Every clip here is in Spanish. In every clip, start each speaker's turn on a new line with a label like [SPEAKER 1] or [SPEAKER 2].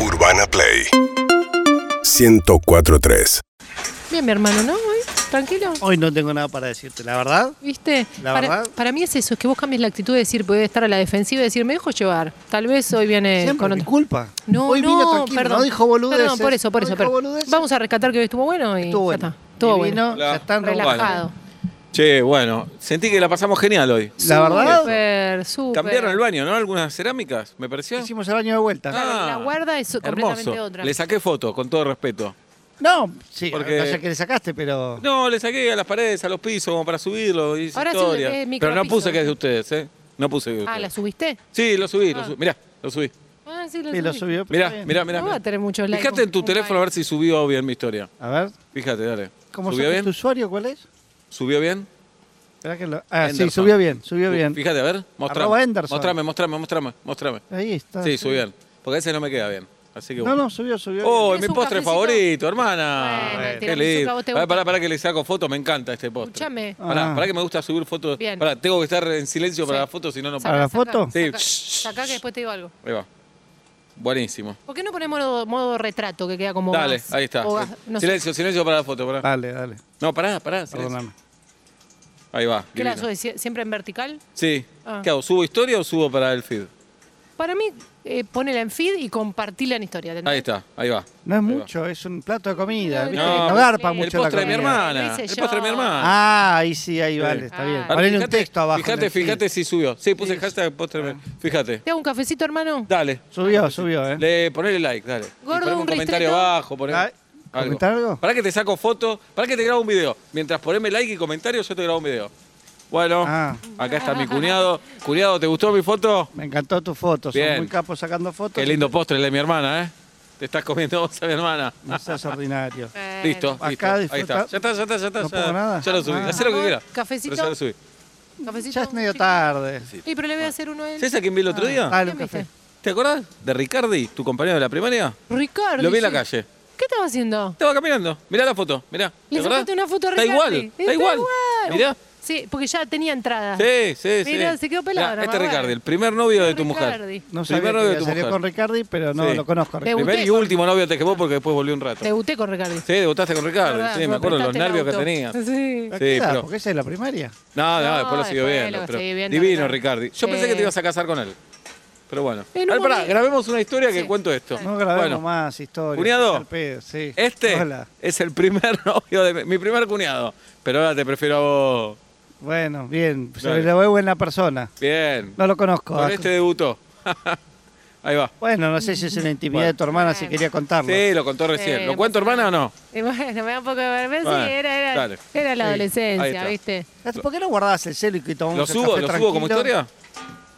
[SPEAKER 1] Urbana Play 104.3
[SPEAKER 2] Bien, mi hermano, ¿no? Hoy, tranquilo.
[SPEAKER 3] Hoy no tengo nada para decirte, la verdad.
[SPEAKER 2] ¿Viste?
[SPEAKER 3] La
[SPEAKER 2] para,
[SPEAKER 3] verdad-
[SPEAKER 2] para mí es eso, es que vos cambies la actitud de decir, puede estar a la defensiva y decir, me dejo llevar. Tal vez hoy viene
[SPEAKER 3] Siempre
[SPEAKER 2] Eh, con
[SPEAKER 3] mi
[SPEAKER 2] otro.
[SPEAKER 3] culpa.
[SPEAKER 2] No,
[SPEAKER 3] Hoy
[SPEAKER 2] no,
[SPEAKER 3] vino tranquilo,
[SPEAKER 2] perdón.
[SPEAKER 3] no dijo boludeces.
[SPEAKER 2] Perdón, por eso, por
[SPEAKER 3] no
[SPEAKER 2] eso.
[SPEAKER 3] dijo
[SPEAKER 2] pero
[SPEAKER 3] boludeces.
[SPEAKER 2] Vamos a rescatar que hoy estuvo bueno y
[SPEAKER 3] Estuvo
[SPEAKER 2] ya
[SPEAKER 3] bueno.
[SPEAKER 2] está. Estuvo
[SPEAKER 3] Y
[SPEAKER 2] bueno.
[SPEAKER 3] vino, ya
[SPEAKER 4] Hola.
[SPEAKER 3] están
[SPEAKER 2] Relajado.
[SPEAKER 4] Che, bueno, sentí que la pasamos genial hoy.
[SPEAKER 3] La verdad,
[SPEAKER 2] Súper, súper.
[SPEAKER 4] Cambiaron el baño, ¿no? Algunas cerámicas, me pareció.
[SPEAKER 3] hicimos el baño de vuelta.
[SPEAKER 2] Claro, la guarda es completamente
[SPEAKER 4] hermoso.
[SPEAKER 2] otra.
[SPEAKER 4] Le saqué foto, con todo respeto.
[SPEAKER 3] No, sí,
[SPEAKER 4] Porque-
[SPEAKER 3] no sé qué le sacaste, pero...
[SPEAKER 4] No, le saqué a las paredes, a los pisos, como para subirlo. hice
[SPEAKER 2] Ahora es un,
[SPEAKER 4] historia.
[SPEAKER 2] eh,
[SPEAKER 4] Pero no
[SPEAKER 2] micropiso.
[SPEAKER 4] puse que es de ustedes, ¿eh? No puse que es de
[SPEAKER 2] Ah, ¿la
[SPEAKER 4] ustedes.
[SPEAKER 2] subiste?
[SPEAKER 4] sí, lo subí, lo
[SPEAKER 2] Ah.
[SPEAKER 4] subí. Mirá, lo subí.
[SPEAKER 2] Ah, sí, la
[SPEAKER 3] Sí, lo
[SPEAKER 2] subí.
[SPEAKER 3] subió. pero
[SPEAKER 4] Mirá,
[SPEAKER 3] está bien.
[SPEAKER 4] mirá, mirá.
[SPEAKER 2] No va a tener muchos likes.
[SPEAKER 4] Fíjate en tu
[SPEAKER 2] Un
[SPEAKER 4] teléfono a ver si subió bien mi historia.
[SPEAKER 3] A ver,
[SPEAKER 4] Fíjate, dale.
[SPEAKER 3] ¿cómo
[SPEAKER 4] ¿Subió
[SPEAKER 3] se
[SPEAKER 4] bien?
[SPEAKER 3] tu usuario? ¿Cuál es?
[SPEAKER 4] ¿Subió bien?
[SPEAKER 3] Esperá que lo- Ah, sí,
[SPEAKER 4] Henderson.
[SPEAKER 3] subió bien, subió
[SPEAKER 4] Su-
[SPEAKER 3] bien.
[SPEAKER 4] Fíjate, a ver. Mostrame.
[SPEAKER 3] Arroba Henderson.
[SPEAKER 4] Mostrame, mostrame, mostrame, mostrame.
[SPEAKER 3] Ahí está.
[SPEAKER 4] Sí, subió bien. Porque a veces no me queda bien. Así que
[SPEAKER 3] No,
[SPEAKER 4] bueno.
[SPEAKER 3] no, subió, subió.
[SPEAKER 4] Oh,
[SPEAKER 2] ¿Querés
[SPEAKER 4] mi
[SPEAKER 2] un
[SPEAKER 4] postre
[SPEAKER 2] cafecito?
[SPEAKER 4] favorito, hermana.
[SPEAKER 2] Bueno, el tiramisú
[SPEAKER 4] Qué
[SPEAKER 2] que a
[SPEAKER 4] lindo.
[SPEAKER 2] vos te
[SPEAKER 4] Pará,
[SPEAKER 2] gusta.
[SPEAKER 4] pará, pará que le saco fotos, me encanta este postre.
[SPEAKER 2] Escuchame.
[SPEAKER 3] Ah.
[SPEAKER 4] Pará, pará que me gusta subir fotos.
[SPEAKER 2] Bien.
[SPEAKER 4] Pará, tengo que estar en silencio para
[SPEAKER 2] Sí.
[SPEAKER 4] la foto, si no, no
[SPEAKER 2] Saca,
[SPEAKER 3] ¿Para la
[SPEAKER 2] saca,
[SPEAKER 3] foto?
[SPEAKER 4] Sí.
[SPEAKER 2] saca. Sacá que después te digo algo.
[SPEAKER 4] Ahí va. Buenísimo.
[SPEAKER 2] ¿Por qué no ponemos modo, modo retrato que queda como
[SPEAKER 4] Dale,
[SPEAKER 2] más-
[SPEAKER 4] ahí está. Eh,
[SPEAKER 2] o gas- no sé,
[SPEAKER 4] silencio, silencio para la foto, pará.
[SPEAKER 3] Dale, dale,
[SPEAKER 4] No, pará, pará. silencio.
[SPEAKER 3] perdóname.
[SPEAKER 4] Ahí va.
[SPEAKER 2] ¿Qué la
[SPEAKER 4] divino.
[SPEAKER 2] subes? Sie- ¿Siempre en vertical?
[SPEAKER 4] Sí.
[SPEAKER 2] Ah.
[SPEAKER 4] ¿Qué hago? ¿Subo historia o subo para el feed?
[SPEAKER 2] Para mí, eh, ponela en feed y compartila en historia. ¿entendés?
[SPEAKER 4] Ahí está, ahí va.
[SPEAKER 3] No es
[SPEAKER 4] va.
[SPEAKER 3] mucho, es un plato de comida.
[SPEAKER 2] No,
[SPEAKER 3] ¿viste?
[SPEAKER 4] no,
[SPEAKER 3] No garpa
[SPEAKER 2] el
[SPEAKER 3] mucho
[SPEAKER 4] El
[SPEAKER 3] la
[SPEAKER 4] postre de mi
[SPEAKER 3] comida.
[SPEAKER 4] hermana.
[SPEAKER 2] Lo hice
[SPEAKER 4] El postre de mi
[SPEAKER 2] yo.
[SPEAKER 4] hermana.
[SPEAKER 3] Ah, ahí sí, ahí
[SPEAKER 4] Sí.
[SPEAKER 3] vale, está bien.
[SPEAKER 2] Ah.
[SPEAKER 4] Ahora,
[SPEAKER 3] Ponle un
[SPEAKER 4] fíjate,
[SPEAKER 3] texto abajo. en
[SPEAKER 4] Fíjate,
[SPEAKER 3] el feed.
[SPEAKER 4] fíjate si subió. Sí, puse hashtag postre.
[SPEAKER 2] Ah.
[SPEAKER 4] de mi- Fíjate.
[SPEAKER 2] ¿Te hago un cafecito, hermano?
[SPEAKER 4] Dale.
[SPEAKER 3] Subió, subió, ¿eh?
[SPEAKER 4] Le ponele like, dale. Y
[SPEAKER 2] Gordo,
[SPEAKER 4] poneme
[SPEAKER 2] un
[SPEAKER 4] un comentario
[SPEAKER 2] restrito.
[SPEAKER 4] abajo, poneme
[SPEAKER 3] Ah, ¿comentar algo?
[SPEAKER 4] Para que te saco foto, para que te grabo un video. Mientras poneme like y comentario, yo te grabo un video. Bueno,
[SPEAKER 3] Ah.
[SPEAKER 4] acá está mi cuñado. Cuñado, ¿te gustó mi foto?
[SPEAKER 3] Me encantó tus fotos, son
[SPEAKER 4] Bien.
[SPEAKER 3] muy capos sacando fotos.
[SPEAKER 4] Qué lindo postre el de mi hermana, ¿eh? Te estás comiendo vos a mi hermana.
[SPEAKER 3] No seas ordinario.
[SPEAKER 2] Eh,
[SPEAKER 4] Listo,
[SPEAKER 3] Acá
[SPEAKER 4] listo. Ahí
[SPEAKER 3] disfruta-
[SPEAKER 4] está. Ya está, ya está, ya está.
[SPEAKER 3] No
[SPEAKER 4] ya,
[SPEAKER 3] pongo nada.
[SPEAKER 4] ya lo subí.
[SPEAKER 3] Ah.
[SPEAKER 4] Hacé lo que
[SPEAKER 2] Amor,
[SPEAKER 4] quieras.
[SPEAKER 2] ¿cafecito?
[SPEAKER 4] Pero ya lo subí.
[SPEAKER 2] ¿Cafecito?
[SPEAKER 3] Ya es medio
[SPEAKER 2] Sí.
[SPEAKER 3] tarde.
[SPEAKER 2] Sí, pero le voy a hacer uno a él.
[SPEAKER 4] ¿Sabes a quién vi el otro día?
[SPEAKER 3] Dale un
[SPEAKER 2] ¿Quién
[SPEAKER 3] café.
[SPEAKER 2] viste?
[SPEAKER 4] ¿Te acordás de Ricardi, tu compañero de la primaria?
[SPEAKER 2] Ricardo.
[SPEAKER 4] Lo vi en la
[SPEAKER 2] sí.
[SPEAKER 4] calle.
[SPEAKER 2] ¿Qué estaba haciendo?
[SPEAKER 4] Estaba caminando. Mirá la foto, mirá. ¿Te
[SPEAKER 2] Le
[SPEAKER 4] acordás?
[SPEAKER 2] sacaste una foto a
[SPEAKER 4] Está
[SPEAKER 2] Ricardo.
[SPEAKER 4] igual, está igual. Mirá.
[SPEAKER 2] Sí, porque ya tenía entrada.
[SPEAKER 4] Sí, sí, sí.
[SPEAKER 2] Mirá, Ah. se quedó pelado
[SPEAKER 4] Mirá,
[SPEAKER 2] nomás,
[SPEAKER 4] Este
[SPEAKER 2] bueno.
[SPEAKER 4] es
[SPEAKER 2] Este
[SPEAKER 4] Ricardi, el primer novio de tu
[SPEAKER 2] Ricardi.
[SPEAKER 4] mujer.
[SPEAKER 3] No sabía que
[SPEAKER 4] primer novio de
[SPEAKER 3] había
[SPEAKER 4] tu
[SPEAKER 3] salido
[SPEAKER 4] mujer.
[SPEAKER 3] con Ricardi, pero no
[SPEAKER 4] Sí.
[SPEAKER 3] lo conozco. a Ricardi.
[SPEAKER 2] Debuté
[SPEAKER 4] Primer y
[SPEAKER 2] con-
[SPEAKER 4] último novio te quedó porque después volvió un rato.
[SPEAKER 2] Debuté con Ricardo.
[SPEAKER 4] Sí, debutaste con Ricardo.
[SPEAKER 2] Verdad,
[SPEAKER 4] sí, me acuerdo los
[SPEAKER 2] prestaste el
[SPEAKER 4] nervios que
[SPEAKER 2] auto.
[SPEAKER 4] tenía. No,
[SPEAKER 2] Sí.
[SPEAKER 3] ¿A
[SPEAKER 4] Sí,
[SPEAKER 3] qué edad?
[SPEAKER 4] pero-
[SPEAKER 3] Porque esa es la primaria.
[SPEAKER 4] no,
[SPEAKER 2] No,
[SPEAKER 4] después lo siguió
[SPEAKER 2] después
[SPEAKER 4] viendo.
[SPEAKER 2] lo
[SPEAKER 4] pero
[SPEAKER 2] seguí viendo,
[SPEAKER 4] divino
[SPEAKER 2] Ricardi.
[SPEAKER 4] Ricardi. Yo
[SPEAKER 2] Sí.
[SPEAKER 4] pensé que te ibas a casar con él. Pero bueno.
[SPEAKER 2] En un
[SPEAKER 4] Ahora, pará,
[SPEAKER 2] momento.
[SPEAKER 4] grabemos una historia que
[SPEAKER 2] Sí.
[SPEAKER 4] cuento esto.
[SPEAKER 3] No grabemos
[SPEAKER 4] Bueno,
[SPEAKER 3] más historias.
[SPEAKER 4] Cuñado,
[SPEAKER 3] al pedo, sí.
[SPEAKER 4] Este
[SPEAKER 3] Hola.
[SPEAKER 4] es el primer novio de mi, mi primer cuñado. Pero ahora te prefiero a vos.
[SPEAKER 3] Bueno, bien. Se
[SPEAKER 4] Dale.
[SPEAKER 3] lo veo en la persona.
[SPEAKER 4] Bien.
[SPEAKER 3] No lo conozco.
[SPEAKER 4] Con
[SPEAKER 3] Ah,
[SPEAKER 4] este debutó. Ahí va.
[SPEAKER 3] Bueno, no sé si es una intimidad
[SPEAKER 4] Bueno.
[SPEAKER 3] de tu hermana, si quería contarlo.
[SPEAKER 4] Sí, lo contó recién.
[SPEAKER 2] Sí,
[SPEAKER 4] ¿Lo
[SPEAKER 2] no
[SPEAKER 4] cuento,
[SPEAKER 2] pasa
[SPEAKER 4] hermana, o no?
[SPEAKER 2] Y bueno, me da un poco de vergüenza.
[SPEAKER 4] Bueno,
[SPEAKER 2] sí, era, era,
[SPEAKER 4] dale.
[SPEAKER 2] era la
[SPEAKER 3] Sí,
[SPEAKER 4] ahí
[SPEAKER 2] adolescencia,
[SPEAKER 4] está.
[SPEAKER 2] ¿viste?
[SPEAKER 3] ¿Por qué no guardabas el celo y que tomamos
[SPEAKER 4] ¿Lo
[SPEAKER 3] el
[SPEAKER 4] subo?
[SPEAKER 3] café
[SPEAKER 4] ¿Lo subo como
[SPEAKER 3] tranquilo?
[SPEAKER 4] historia?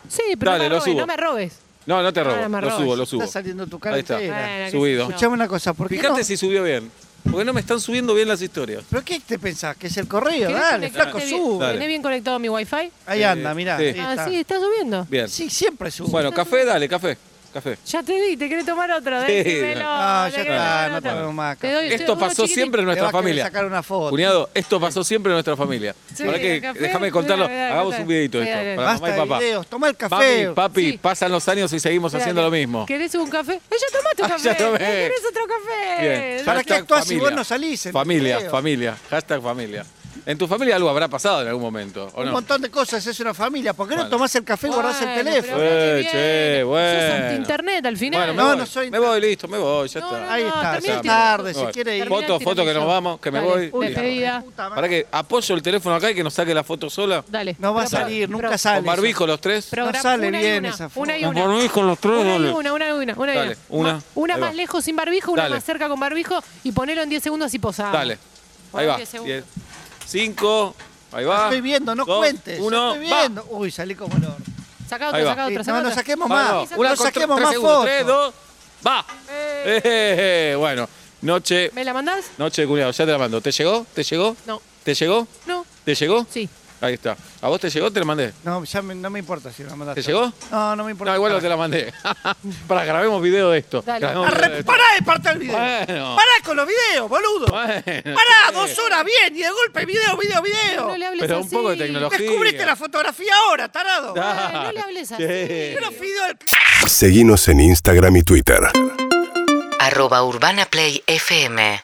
[SPEAKER 2] Sí, pero
[SPEAKER 4] Dale,
[SPEAKER 2] no, me
[SPEAKER 4] lo
[SPEAKER 2] robes,
[SPEAKER 4] subo.
[SPEAKER 2] no me robes.
[SPEAKER 4] No, no te
[SPEAKER 2] Ahora
[SPEAKER 4] robo.
[SPEAKER 2] me
[SPEAKER 4] Lo
[SPEAKER 2] robas.
[SPEAKER 4] subo, lo subo.
[SPEAKER 3] Está saliendo tu cara
[SPEAKER 4] Ahí está.
[SPEAKER 3] entera.
[SPEAKER 2] Bueno, qué sé
[SPEAKER 4] Subido.
[SPEAKER 2] yo.
[SPEAKER 3] Escuchame una cosa, ¿por qué
[SPEAKER 4] Fíjate
[SPEAKER 3] no-
[SPEAKER 4] si subió bien. Porque no me están subiendo bien las historias.
[SPEAKER 3] ¿Pero qué te pensás? ¿Que es el correo?
[SPEAKER 2] ¿Querés
[SPEAKER 3] Dale,
[SPEAKER 2] conectarte
[SPEAKER 3] flaco,
[SPEAKER 2] bien?
[SPEAKER 3] sube.
[SPEAKER 4] Dale.
[SPEAKER 2] ¿Tenés bien conectado mi wifi?
[SPEAKER 3] Ahí
[SPEAKER 4] Sí,
[SPEAKER 3] anda, mirá.
[SPEAKER 4] sí.
[SPEAKER 3] ahí
[SPEAKER 2] Ah,
[SPEAKER 3] está.
[SPEAKER 2] sí, está subiendo.
[SPEAKER 4] Bien.
[SPEAKER 3] Sí, siempre sube.
[SPEAKER 4] Bueno, café, dale, café. Café.
[SPEAKER 2] Ya te di, te querés tomar otro,
[SPEAKER 4] Sí,
[SPEAKER 2] decímelo.
[SPEAKER 4] no.
[SPEAKER 3] Ah,
[SPEAKER 2] te
[SPEAKER 3] ya
[SPEAKER 2] querés
[SPEAKER 3] está,
[SPEAKER 2] tomar
[SPEAKER 3] no
[SPEAKER 2] otro.
[SPEAKER 3] tomemos más
[SPEAKER 2] Te
[SPEAKER 3] café.
[SPEAKER 2] doy- te-
[SPEAKER 4] Esto
[SPEAKER 2] uno
[SPEAKER 4] pasó
[SPEAKER 2] chiquitito.
[SPEAKER 4] siempre en
[SPEAKER 3] Te vas
[SPEAKER 4] nuestra
[SPEAKER 3] a querer
[SPEAKER 4] familia.
[SPEAKER 3] sacar una foto.
[SPEAKER 4] Cuñado, esto pasó siempre en nuestra familia.
[SPEAKER 2] Sí,
[SPEAKER 4] Para que
[SPEAKER 2] el café,
[SPEAKER 4] déjame contarlo.
[SPEAKER 2] dale, dale,
[SPEAKER 4] Hagamos
[SPEAKER 2] dale.
[SPEAKER 4] un videito de
[SPEAKER 2] Sí, dale,
[SPEAKER 4] esto.
[SPEAKER 2] dale.
[SPEAKER 4] Para
[SPEAKER 3] Basta
[SPEAKER 4] mamá y
[SPEAKER 3] de
[SPEAKER 4] papá.
[SPEAKER 3] videos. Toma el café.
[SPEAKER 4] Papi, papi,
[SPEAKER 2] Sí.
[SPEAKER 4] pasan los años y seguimos
[SPEAKER 2] Dale.
[SPEAKER 4] haciendo lo mismo.
[SPEAKER 2] ¿Querés un café? Eh, ¡Ella tomaste un
[SPEAKER 4] Ah,
[SPEAKER 2] café!
[SPEAKER 4] ya tomé.
[SPEAKER 2] ¿Querés otro café?
[SPEAKER 4] Bien.
[SPEAKER 3] ¿Para qué
[SPEAKER 4] Hashtag
[SPEAKER 3] actuás si
[SPEAKER 4] familia.
[SPEAKER 3] vos no salís? en
[SPEAKER 4] Familia,
[SPEAKER 3] los videos?
[SPEAKER 4] familia. Hashtag familia. En tu familia algo habrá pasado en algún momento, ¿o
[SPEAKER 3] Un
[SPEAKER 4] no?
[SPEAKER 3] montón de cosas, es una familia. ¿Por qué no
[SPEAKER 4] Bueno.
[SPEAKER 3] tomás el café y guardás el
[SPEAKER 2] Bueno,
[SPEAKER 3] teléfono?
[SPEAKER 2] pero
[SPEAKER 4] Eh,
[SPEAKER 2] bien.
[SPEAKER 4] che,
[SPEAKER 2] Sos
[SPEAKER 4] bueno.
[SPEAKER 2] anti-internet al final.
[SPEAKER 4] Bueno, me
[SPEAKER 3] No,
[SPEAKER 4] voy.
[SPEAKER 3] no soy-
[SPEAKER 4] Me voy, listo, me voy, ya
[SPEAKER 2] No,
[SPEAKER 4] está.
[SPEAKER 2] no,
[SPEAKER 3] Ahí está,
[SPEAKER 2] termina el
[SPEAKER 3] ya es
[SPEAKER 2] tiro.
[SPEAKER 3] tarde, si
[SPEAKER 4] Bueno,
[SPEAKER 3] quiere ir.
[SPEAKER 2] Termina el
[SPEAKER 4] Foto,
[SPEAKER 2] tiro
[SPEAKER 4] foto que nos
[SPEAKER 2] yo.
[SPEAKER 4] vamos, que me
[SPEAKER 2] Dale,
[SPEAKER 4] voy.
[SPEAKER 2] Uy,
[SPEAKER 4] Listo.
[SPEAKER 2] despedida.
[SPEAKER 4] Para que apoyo el teléfono acá y que nos saque la foto sola.
[SPEAKER 2] Dale.
[SPEAKER 3] No va a
[SPEAKER 2] Pero-
[SPEAKER 3] salir,
[SPEAKER 2] pero-
[SPEAKER 3] nunca sale.
[SPEAKER 4] Con barbijo los tres.
[SPEAKER 2] pero-
[SPEAKER 3] No sale
[SPEAKER 2] una y
[SPEAKER 3] bien
[SPEAKER 2] una,
[SPEAKER 3] esa foto.
[SPEAKER 2] Una y
[SPEAKER 4] Con
[SPEAKER 2] una.
[SPEAKER 4] barbijo los tres.
[SPEAKER 2] Una y
[SPEAKER 4] dale.
[SPEAKER 2] una, una y una, una y
[SPEAKER 4] Dale, una.
[SPEAKER 2] Ma- Una
[SPEAKER 4] Ahí
[SPEAKER 2] más
[SPEAKER 4] va.
[SPEAKER 2] lejos sin barbijo, una
[SPEAKER 4] Dale.
[SPEAKER 2] más cerca con barbijo y ponelo en 10 segundos y posada.
[SPEAKER 4] Dale. Ahí va.
[SPEAKER 2] Diez segundos.
[SPEAKER 4] Diez. Cinco. Ahí va.
[SPEAKER 3] Estoy viendo, no
[SPEAKER 4] Dos,
[SPEAKER 3] cuentes.
[SPEAKER 4] Uno.
[SPEAKER 3] Estoy
[SPEAKER 4] va.
[SPEAKER 3] viendo. Uy, salí como el orto.
[SPEAKER 2] Saca
[SPEAKER 4] Ahí
[SPEAKER 2] otro,
[SPEAKER 4] va.
[SPEAKER 2] saca
[SPEAKER 3] Sí,
[SPEAKER 2] otro, saca
[SPEAKER 3] No,
[SPEAKER 2] otro.
[SPEAKER 3] no saquemos
[SPEAKER 4] Va,
[SPEAKER 3] más.
[SPEAKER 4] no.
[SPEAKER 2] Esa-
[SPEAKER 4] Una
[SPEAKER 3] No
[SPEAKER 4] con tres,
[SPEAKER 3] saquemos
[SPEAKER 4] tres
[SPEAKER 3] más
[SPEAKER 4] segundos. Tres,
[SPEAKER 3] fotos.
[SPEAKER 4] dos. Va.
[SPEAKER 2] Eh.
[SPEAKER 4] Eh, Bueno. Noche.
[SPEAKER 2] ¿Me la mandás?
[SPEAKER 4] Noche de culiao. Ya te la mando. ¿Te llegó? ¿Te llegó?
[SPEAKER 2] No.
[SPEAKER 4] ¿Te llegó?
[SPEAKER 2] No.
[SPEAKER 4] ¿Te llegó?
[SPEAKER 2] Sí.
[SPEAKER 4] Ahí está. ¿A vos te llegó? Te la mandé.
[SPEAKER 3] No, ya me- no me importa si lo mandaste.
[SPEAKER 4] ¿Te llegó?
[SPEAKER 3] No, no me importa.
[SPEAKER 4] No, igual no te la mandé. Para, grabemos video de esto.
[SPEAKER 2] Dale.
[SPEAKER 4] Grabemos video de
[SPEAKER 3] Arre-
[SPEAKER 4] esto.
[SPEAKER 3] Pará de parte del video.
[SPEAKER 4] Bueno.
[SPEAKER 3] Pará con los videos, boludo.
[SPEAKER 4] Bueno.
[SPEAKER 3] Pará, dos horas bien y de golpe video, video,
[SPEAKER 2] No le
[SPEAKER 3] video.
[SPEAKER 2] hables
[SPEAKER 4] Pero
[SPEAKER 2] así.
[SPEAKER 4] un poco de tecnología.
[SPEAKER 3] Descubriste la fotografía ahora, tarado.
[SPEAKER 2] Ay, no le hables así.
[SPEAKER 4] Sí.
[SPEAKER 3] Pero Fidel,
[SPEAKER 1] Seguinos en Instagram y Twitter
[SPEAKER 5] arroba urbanaplayfm